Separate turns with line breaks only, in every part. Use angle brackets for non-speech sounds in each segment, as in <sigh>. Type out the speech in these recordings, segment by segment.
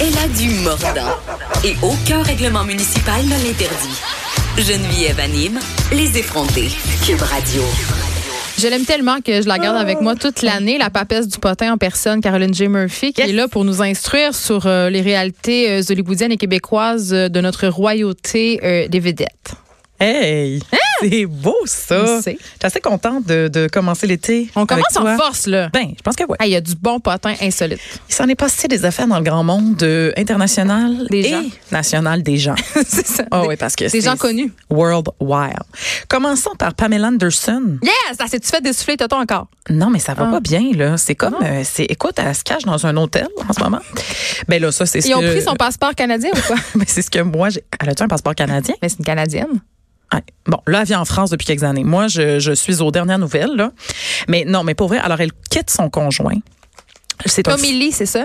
Elle a du mordant et aucun règlement municipal ne l'interdit. Geneviève anime les effrontés. Cube Radio.
Je l'aime tellement que je la garde avec moi
Ah.
toute l'année, la papesse du potin en personne, Caroline J. Murphy, qui est là pour nous instruire sur euh, les réalités euh, hollywoodiennes et québécoises euh, de notre royauté euh, des vedettes.
Hey!
Hein?
C'est beau, ça!
Je sais.
suis assez contente de, de commencer l'été.
On commence
Ah. avec
en
toi.
force, là.
Ben, je pense que oui.
Ah, Il y a du bon potin insolite. <laughs>
Il s'en est passé des affaires dans le grand monde euh, international
Des
et
gens.
national
<laughs>
des gens.
C'est ça.
Ah
Des-
oui, parce que
Des
c'est-
gens connus.
World Wild. Commençons par Pamela Anderson.
Yes! Ah, c'est-tu fait dessouffler, t'as encore?
Non, mais ça va
Ah.
pas bien, là. C'est comme, euh, c'est, écoute, elle se cache dans un hôtel en ce moment. Ben là, ça, c'est ce
Ils ont
que-
pris son passeport canadien ou quoi?
<laughs> Ben, c'est ce que moi, j'ai... Elle a-tu un passeport canadien?
Mais c'est une Canadienne.
Ouais. Bon, là, elle vit en France depuis quelques années. Moi, je, je suis aux dernières nouvelles, là. Mais non, mais pour vrai, alors elle quitte son conjoint. C'est un-
Tommy Lee, c'est ça?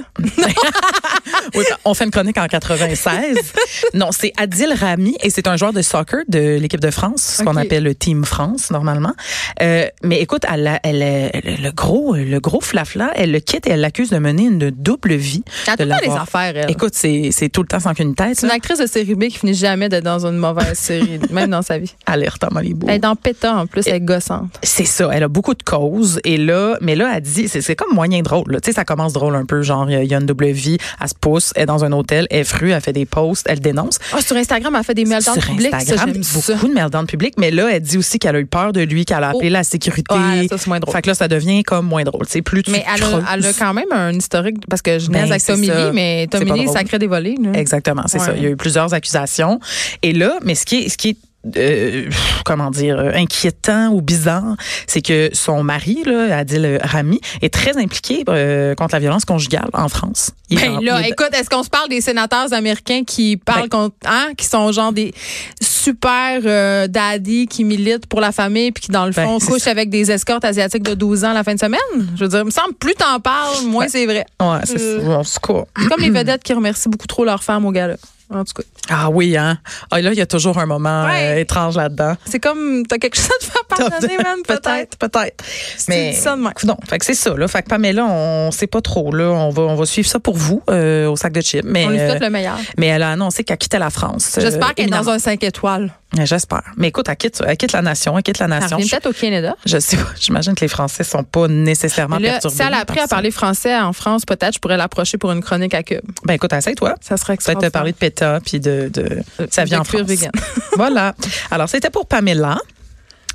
Oui, on fait une chronique en 96.
<laughs>
non, c'est Adil Rami et c'est un joueur de soccer de l'équipe de France, ce qu'on
Ok.
appelle le Team France normalement. Euh, mais écoute, elle, a- elle, a- le, le gros, le gros flafla, elle le quitte et elle l'accuse de mener une double vie.
Elle a tout
de
le temps des
l'avoir-
affaires, elle.
Écoute, hein? c'est c'est tout le temps sans qu'une tête.
C'est une
là.
actrice de série B qui finit jamais d'être dans une mauvaise série, même dans sa vie.
Alerte à Malibu.
Elle est dans péta en plus, elle est gossante.
C'est ça, elle a beaucoup de causes et là, mais là, elle dit, c'est c'est comme moyen drôle. là. Tu sais, ça commence drôle un peu, genre il y a une double vie, elle se pousse, elle est dans un hôtel, elle est frue, elle fait des posts, elle dénonce.
Ah, sur Instagram, elle fait des mails dans le
Sur
public, ça,
Instagram,
j'aime ça.
beaucoup de merde public, mais là, elle dit aussi qu'elle a eu peur de lui, qu'elle a appelé
Oh.
la sécurité.
Ouais, ça, c'est moins drôle.
Fait que là, ça devient comme moins drôle. C'est plus tu
Mais elle a,
creuses.
elle a quand même un historique, parce que je
Ben,
naise avec
c'est
Tommy
ça.
Lee, mais
C'est
Tommy
pas
Lee,
drôle.
sacré dévolé. là.
Exactement, c'est
Mm. Ouais.
ça. Il y a eu plusieurs accusations. Et là, mais ce qui est, ce qui est euh, comment dire, euh, inquiétant ou bizarre, c'est que son mari, là, Adil Rami, est très impliqué euh, contre la violence conjugale en France. Il est en-
Ben là,
il est-
écoute, est-ce qu'on se parle des sénateurs américains qui parlent
Ben-
contre, hein, qui sont genre des super euh, daddy qui militent pour la famille puis qui dans le
Ben,
fond
c'est
couchent avec des escortes asiatiques de 12 ans la fin de semaine? Je veux dire, il me semble plus t'en parles, moins
Ouais.
c'est vrai.
Ouais, c'est ça.
Euh.
En tout cas.
C'est comme les vedettes qui remercient beaucoup trop leurs femmes au gala. En tout cas,
Ah oui, hein? Ah, là, il y a toujours un moment
Ouais.
euh, étrange là-dedans.
c'est comme t'as quelque chose à te faire pardonner, man, peut-être.
<laughs> peut-être, peut-être. Mais
dis ça de même.
non, fait que c'est ça là, fait que Pamela, on sait pas trop là, on va on va suivre ça pour vous euh, au sac de chips, mais
On lui
euh,
souhaite le meilleur.
mais elle a annoncé qu'elle quittait la France. euh,
J'espère qu'elle est dans
éminemment.
un 5 étoiles.
Mais J'espère. Mais écoute, elle quitte, elle quitte la nation, elle quitte la
Elle
nation.
revient
Je,
peut-être au Canada.
je sais pas, j'imagine que les Français sont pas nécessairement
Là,
perturbés.
si elle a
par
appris à
ça.
parler français en France, peut-être je pourrais l'approcher pour une chronique à Cube.
Ben écoute, essaye-toi.
Ça serait
Peut-être te
extraordinaire.
parler de PETA puis de, de ça vient en
de cuir
France.
vegan.
<laughs> voilà. Alors, c'était pour Pamela.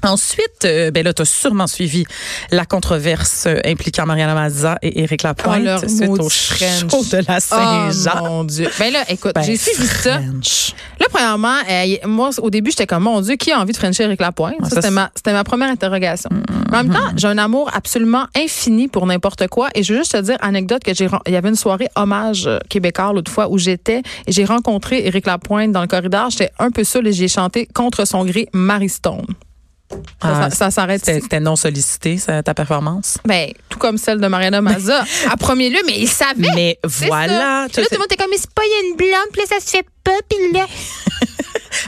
Ensuite, euh, ben là, tu as sûrement suivi la controverse euh, impliquant Mariana Mazza et Éric
Oh,
Lapointe
leur
suite au
maudit
show
French.
de la
Oh
Saint-Jean.
mon Dieu. Ben là, écoute,
Ben,
j'ai suivi ça.
French.
Là, premièrement, euh, y- moi, au début, j'étais comme, mon Dieu, qui a envie de Frencher avec la pointe?
Ah,
Ça,
ça,
c'était
c'est- Mm-hmm.
ma, c'était ma première interrogation. Mais en même temps, j'ai un amour absolument infini pour n'importe quoi. Et je veux juste te dire, anecdote, que j'ai, ren- il y avait une soirée hommage euh, québécois l'autre fois où j'étais et j'ai rencontré Éric Lapointe dans le corridor. J'étais un peu seule et j'ai chanté contre son gré Marie Stone. Ça,
Ah,
ça- ça s'arrête
C'était
ici.
c'était non sollicité, ça, ta performance.
Ben, tout comme celle de Mariana
<laughs>
Mazza, à premier lieu, mais il savait.
Mais
C'est
voilà.
ça. Puis Là, tout le monde était comme, mais c'est pas, il y a une blonde, puis là, ça se fait pas, puis là.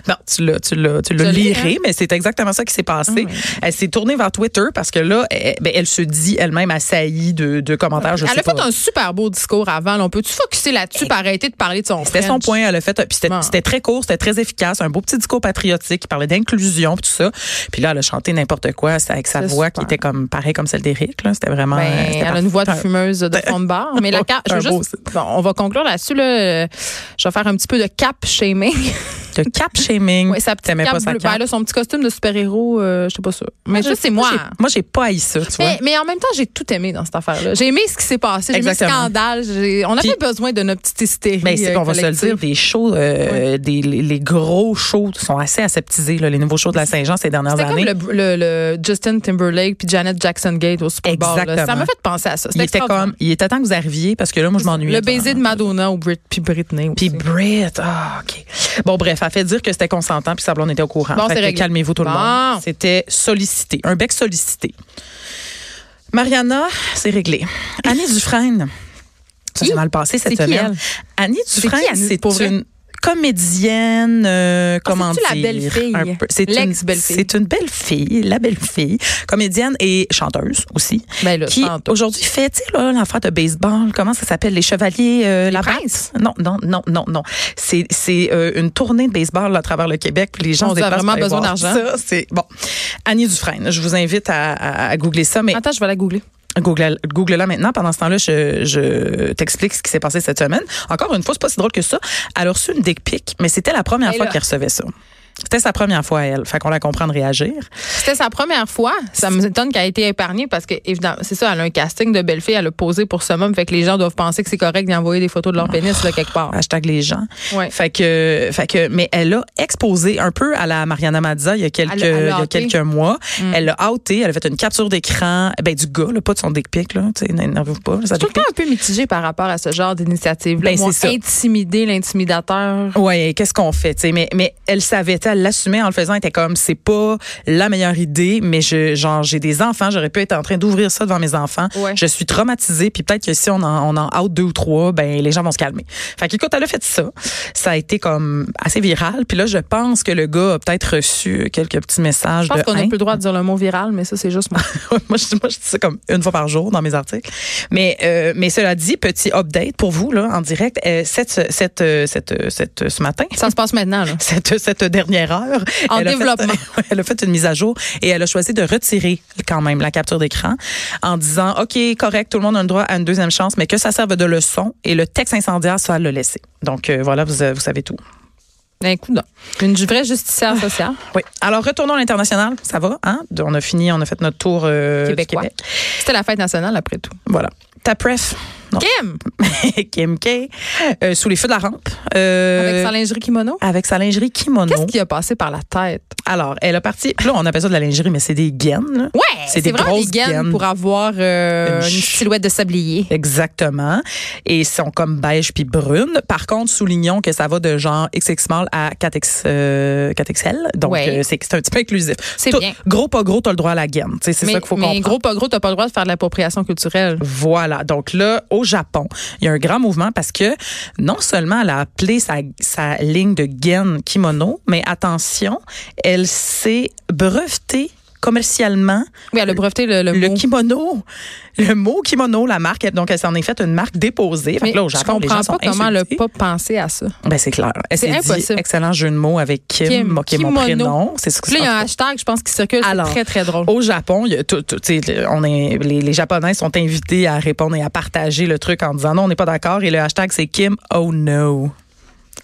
Non, tu l'as, tu l'as, tu l'as
Je l'ai,
liré, mais c'est exactement ça qui s'est passé.
Ah
Elle s'est tournée vers Twitter parce que là, elle, ben, elle se dit elle-même assaillie de, de commentaires. Je
Elle
sais
a fait
pas. Eh,
un super beau discours avant. là. on peut-tu focusser là-dessus par arrêter de parler de son
C'était son
French?
point, elle a fait. Puis c'était,
Bon.
c'était très court, c'était très efficace, un beau petit discours patriotique qui parlait d'inclusion, puis tout ça. Puis là, elle a chanté n'importe quoi c'est avec sa
C'est
voix
super.
qui était comme pareil comme celle d'Éric. là. C'était vraiment.
Ben,
euh, c'était
elle a
parfait.
une voix de
C'était un-
fumeuse de fond de bar.
<laughs>
Mais la carte, je veux
Un beau <laughs>
juste. bon, on va conclure là-dessus. Là. Euh, Je vais faire un petit peu de cap shaming.
Le cap shaming.
Ouais, sa petite
T'aimais
cape
pas sa
bleue.
cape.
Ben là, son petit costume de super-héros, euh, je sais pas ça. Mais ça, c'est moi.
J'ai- Moi, j'ai pas haï ça, tu vois.
Mais, mais en même temps, j'ai tout aimé dans cette affaire-là. J'ai aimé ce qui s'est passé. J'ai aimé le
Exactement.
scandale. J'ai- On avait
Puis-
besoin de notre petite hystérie.
Ben, c'est
euh,
qu'on va se le
collective.
dire, des shows, euh, des, les, les gros shows sont assez aseptisés, là, les nouveaux shows de la Saint-Jean ces dernières
C'était comme
années.
le, le- le Justin Timberlake puis Janet Jackson Gate au Super Bowl. là. Ça
Exactement.
m'a fait penser à ça.
il était comme, il était temps que vous arriviez parce que là, moi, je m'ennuie.
hein. Le baiser de Madonna ou Brit, puis Britney. aussi.
Puis Brit, ah, OK. Bon, bref, a fait dire que c'était consentant, puis ça, on était au courant.
Bon,
Fait
c'est
que
réglé.
Calmez-vous tout le
Bon.
monde. C'était sollicité, un bec sollicité. Mariana, c'est réglé.
<laughs>
Annie Dufresne, ça s'est mal passé cette
C'est qui,
semaine. Annie
qui,
Dufresne,
Annie,
c'est
pour vrai? Ah,
une comédienne, euh, comment
c'est-tu la
dire,
belle-fille?
un peu- c'est une-
L'ex-belle-fille.
C'est une belle fille, la belle fille, comédienne et chanteuse aussi,
Ben là,
qui
tantôt.
aujourd'hui fait, tu sais, là, l'affaire de baseball, comment ça s'appelle, les chevaliers, euh, la Batte?
Princes?
Non, non, non, non, non. C'est c'est, euh, une tournée de baseball là, à travers le Québec. puis Les gens
On a
se déplacent
vraiment
pour aller
besoin
voir
d'argent.
Ça, c'est bon. Annie Dufresne, je vous invite à, à- à googler ça, mais
Attends, je vais la googler.
google google là maintenant. Pendant ce temps-là, je, je t'explique ce qui s'est passé cette semaine. Encore une fois, c'est pas si drôle que ça. Elle a reçu une dick pic, mais c'était la première
Mais
fois
là-
qu'elle recevait ça. C'était sa première fois à elle. Fait qu'on la comprend de réagir.
C'était sa première fois. Ça me étonne qu'elle ait été épargnée parce que, évidemment, c'est ça, elle a un casting de belle-fille, elle a posé pour ce moment. Fait que les gens doivent penser que c'est correct d'envoyer des photos de
Ah.
leur pénis, là, quelque part.
Hashtag les gens.
Ouais.
Fait que, fait que, mais elle a exposé un peu à la Mariana Mazza il y a quelques,
Elle- elle l'a
il y a
outé.
quelques mois.
Mm.
Elle l'a outé, elle a fait une capture d'écran, ben, du gars, là, pas de son dick pic, là. Tu sais, n'énerve pas, là, sa
Je suis tout
dick
le temps un peu mitigée par rapport à ce genre d'initiative.
Ben,
Moi,
c'est ça.
intimider l'intimidateur.
Ouais, qu'est-ce qu'on fait, tu sais, mais, mais elle savait, tu sais, elle l'assumait en le faisant, elle était comme, c'est pas la meilleure idée, mais je, genre, j'ai des enfants, j'aurais pu être en train d'ouvrir ça devant mes enfants.
Ouais.
Je suis traumatisée, puis peut-être que si on en, on en out deux ou trois, ben, les gens vont se calmer. Fait qu'écoute, elle a fait ça. Ça a été comme assez viral, puis là, je pense que le gars a peut-être reçu quelques petits messages
Je pense
de hein?
qu'on n'a
haine.
plus le droit de dire le mot viral, mais ça, c'est juste moi.
<laughs> Ouais, moi, je, moi, je dis ça comme une fois par jour dans mes articles. Mais, euh, mais cela dit, petit update pour vous, là, en direct, euh, cette, cette, euh, cette, euh, cette, euh, ce matin.
ça se passe maintenant, là.
<laughs> Cette, cette dernière heure.
En
elle a fait-
développement.
<laughs> Ouais, elle a fait une mise à jour et elle a choisi de retirer quand même la capture d'écran en disant, OK, correct, tout le monde a le droit à une deuxième chance, mais que ça serve de leçon et le texte incendiaire, ça, elle l'a laissé. Donc, euh, voilà, vous, euh, vous savez tout.
<laughs> Un coup d'un. Une vraie justicière sociale.
Oui. Alors, retournons à l'international. Ça va, hein? On a fini, on a fait notre tour euh, du
Québécois.
Québec.
C'était la fête nationale, après tout.
Voilà. Ta pref. Non.
Kim!
<laughs> Kim K, euh, sous les feux de la rampe. euh,
Avec sa lingerie kimono.
avec sa lingerie kimono.
Qu'est-ce qui a passé par la tête?
Alors, elle a parti. Là, on appelle ça de la lingerie, mais c'est des gaines. là.
Ouais,
C'est des
vraiment
grosses
des gaines,
gaines.
pour avoir euh,
Une
une
ch-
silhouette de sablier.
Exactement. Et sont comme beige puis brune. Par contre, soulignons que ça va de genre XXL à 4X, euh, 4XL. Donc,
Ouais.
euh, c'est c'est un petit peu inclusif.
C'est
Tout-
bien.
Gros, pas gros, t'as le droit à la gaine. Tu sais, C'est
mais,
ça qu'il faut
mais
comprendre.
gros pas gros, t'as pas le droit de faire de l'appropriation culturelle.
Voilà. Donc là, au Japon, il y a un grand mouvement parce que non seulement elle a appelé sa, sa ligne de gaine kimono, mais attention, elle s'est brevetée commercialement
Oui, elle a breveté le, le
le
mot.
kimono. Le mot kimono, la marque. Donc, elle s'en est faite une marque déposée. Fait
Mais
que là, au
je
Japon, les
comprends
gens
pas
sont
comment elle a
insultés.
pas pensé à ça.
Ben, c'est clair. Elle
C'est
s'est dit,
impossible.
excellent jeu de mots avec Kim,
Kim,
moi, qui est mon
kimono.
prénom. C'est ce que
Puis là, il y a un
en tout cas.
hashtag, je pense, qui circule. C'est
Alors,
très, très drôle.
Au Japon, il y a tout, tout, tu sais, on est, les, les Japonais sont invités à répondre et à partager le truc en disant non, on n'est pas d'accord. Et le hashtag, c'est Kim Oh No.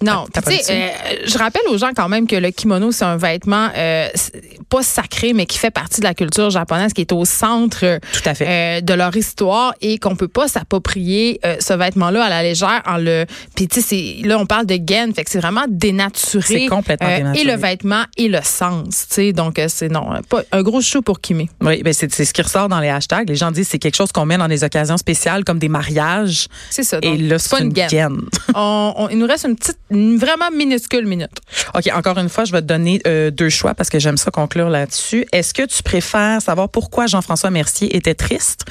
Non,
t'as
tu sais, euh, je rappelle aux gens quand même que le kimono, c'est un vêtement euh, c'est pas sacré, mais qui fait partie de la culture japonaise, qui est au centre euh,
Tout à fait.
euh, de leur histoire et qu'on peut pas s'approprier euh, ce vêtement-là à la légère en le. Puis tu sais, c'est- là on parle de gaine, fait que c'est vraiment dénaturé. euh,
C'est complètement dénaturé.
Et le vêtement et le sens, tu sais, donc euh, c'est non, euh, pas un gros chou pour Kimé.
Oui, ben c'est c'est ce qui ressort dans les hashtags. Les gens disent c'est quelque chose qu'on met dans des occasions spéciales comme des mariages.
C'est ça.
Et
donc,
là, c'est
pas
une
gaine.
gaine.
<laughs> On- on- il nous reste une petite, une vraiment minuscule minute.
OK, encore une fois, je vais te donner euh, deux choix parce que j'aime ça conclure là-dessus. Est-ce que tu préfères savoir pourquoi Jean-François Mercier était triste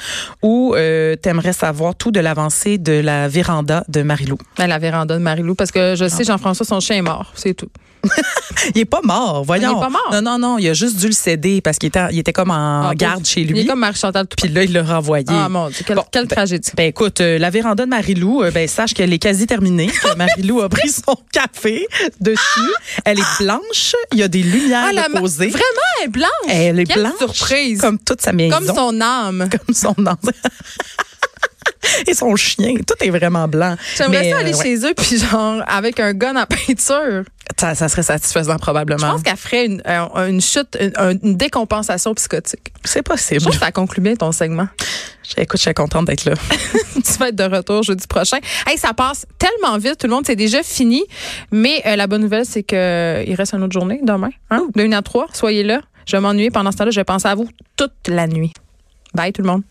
ou euh, t'aimerais savoir tout de l'avancée de la véranda de Marilou?
Ben, la véranda de Marilou, parce que je sais, Jean-François, son chien est mort, c'est tout.
Il est pas mort, voyons.
Il est pas mort.
Non, non, non, il a juste dû le céder parce qu'il était, il était comme en
Ah,
garde
pauvre.
chez
Il est
lui.
comme Marie-Chantal
Puis
Toupin.
là, il l'a renvoyé.
Ah mon Dieu, quelle,
Bon,
quelle
ben-
tragédie.
Ben écoute, euh, la véranda de Marilou, euh, ben sache qu'elle est quasi terminée. que Marilou a pris son café dessus. Elle est blanche. Il y a des lumières
Ah, la ma-
posées.
Vraiment, elle est blanche.
Elle est
Quelle
blanche.
surprise.
Comme toute sa maison.
Comme son âme.
<laughs> comme son ancêtre. <laughs> Et son chien, tout est vraiment blanc.
J'aimerais
Mais,
ça aller
euh, ouais.
chez eux, puis genre, avec un gun à <laughs> peinture.
ça, ça serait satisfaisant
Je
probablement.
pense qu'elle ferait une, un- une chute, une, une décompensation psychotique.
c'est possible.
Je trouve que ça conclut bien ton segment. <laughs>
Écoute, je suis contente d'être là.
tu vas être de retour jeudi prochain. Hey, ça passe tellement vite, tout le monde, c'est déjà fini. Mais euh, la bonne nouvelle, c'est que il reste une autre journée demain, hein? de 1 à 3. Soyez là. Je vais m'ennuyer pendant ce temps-là. Je vais penser à vous toute la nuit. Bye tout le monde.